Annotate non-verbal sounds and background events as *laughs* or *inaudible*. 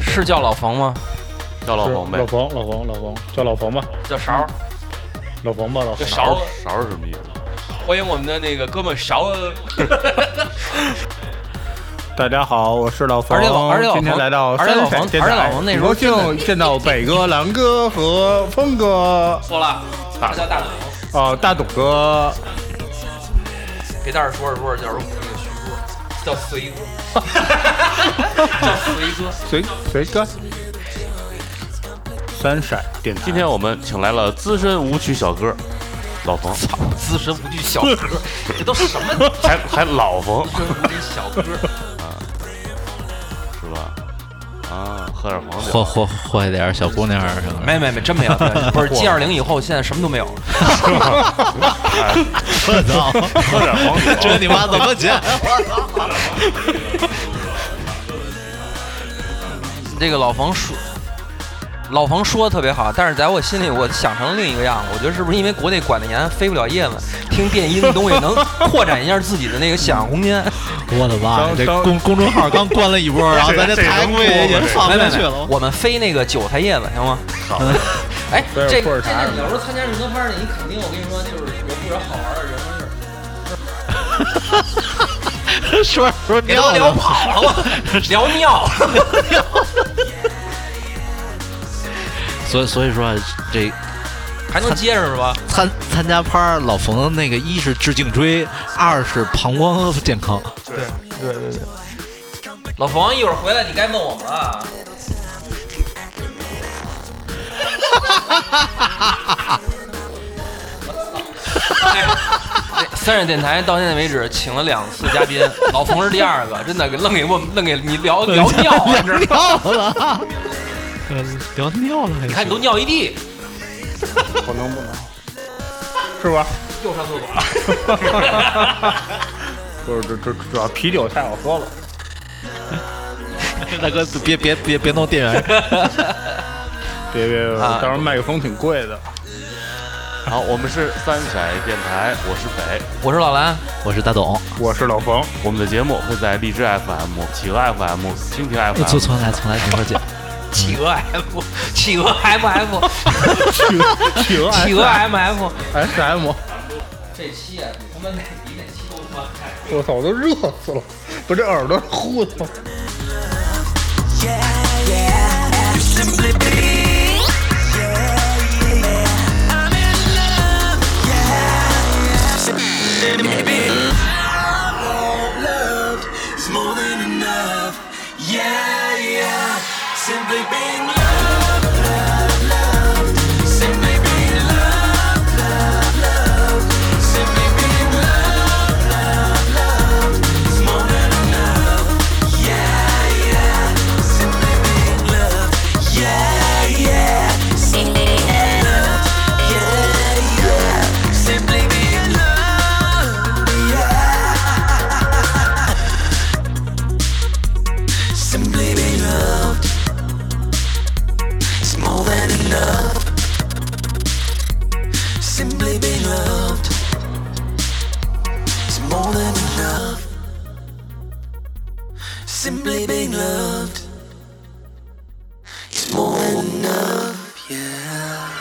是叫老冯吗？叫老是冯呗老，冯，老冯，老冯，叫老冯吧，叫勺儿，老冯吧，老冯这。勺勺儿勺是什么意思？欢迎我们的那个哥们勺儿，大家好，我是老冯，而且老而且老今天冯来到而且山老水冯电而台，且老冯那时候很高兴见 *laughs* 到北哥、蓝哥和峰哥，说了，他叫大董，啊哦，大董哥，给大家说着说着叫什么？那个徐哥，叫隋哥，叫隋 *laughs* 哥。随随哥，三闪电台，今天我们请来了资深舞曲小哥老冯，操，资深不惧小哥，这都什么 *laughs* 还还老冯你小哥，是吧？啊，喝点黄酒，祸祸祸害点儿小姑娘儿什么的。没没没，真没有，没 *laughs* 有不是 G 二零以后，现在什么都没有。我操！喝点黄酒， *laughs* 这你妈怎么 *laughs* 剪？这个老冯说，老冯说的特别好，但是在我心里，我想成另一个样子。我觉得是不是因为国内管得严，飞不了叶子，听电音的东西能扩展一下自己的那个想象空间。我的妈呀！当这当公公众号刚关了一波，然后咱这这台能规播吗也这放没不没下去没 *laughs* 了，。我们飞那个韭菜叶子行吗？好，哎，对这或者这啥个你要说参加运动班儿，你肯定我跟你说就是有不少好玩的人和事儿。说说给他尿聊了，跑了吧，聊尿了。所以所以说这还能接着是吧？参参加趴儿，老冯那个一是治颈椎，二是膀胱健康。老冯，一会儿回来你该问我们了。哎三人电台到现在为止请了两次嘉宾，老冯是第二个，真的给愣给我们愣给你聊聊尿了，你知道吗？尿了，聊尿了还你看你都尿一地，不能不能，是吧？又上厕所了。不是，这这主要啤酒太好喝了。 *laughs* 大哥别别别别弄店员，别别别，啊到时候麦克风挺贵的。好，我们是三色电台，我是北，我是老蓝，我是大董，我是老冯，我们的节目会在荔枝 FM、企鹅 FM、蜻蜓 FM 从从来从来没说姐，企鹅 F，企鹅 MF，企鹅企鹅 MF。 S M，这期啊，比他妈哪比哪期都他妈开。我操，我都热死了，我这耳朵呼的。 Simply be loved. It's more than enough. Simply be loved. It's more than enough. Simply being loved. It's more than enough. Yeah.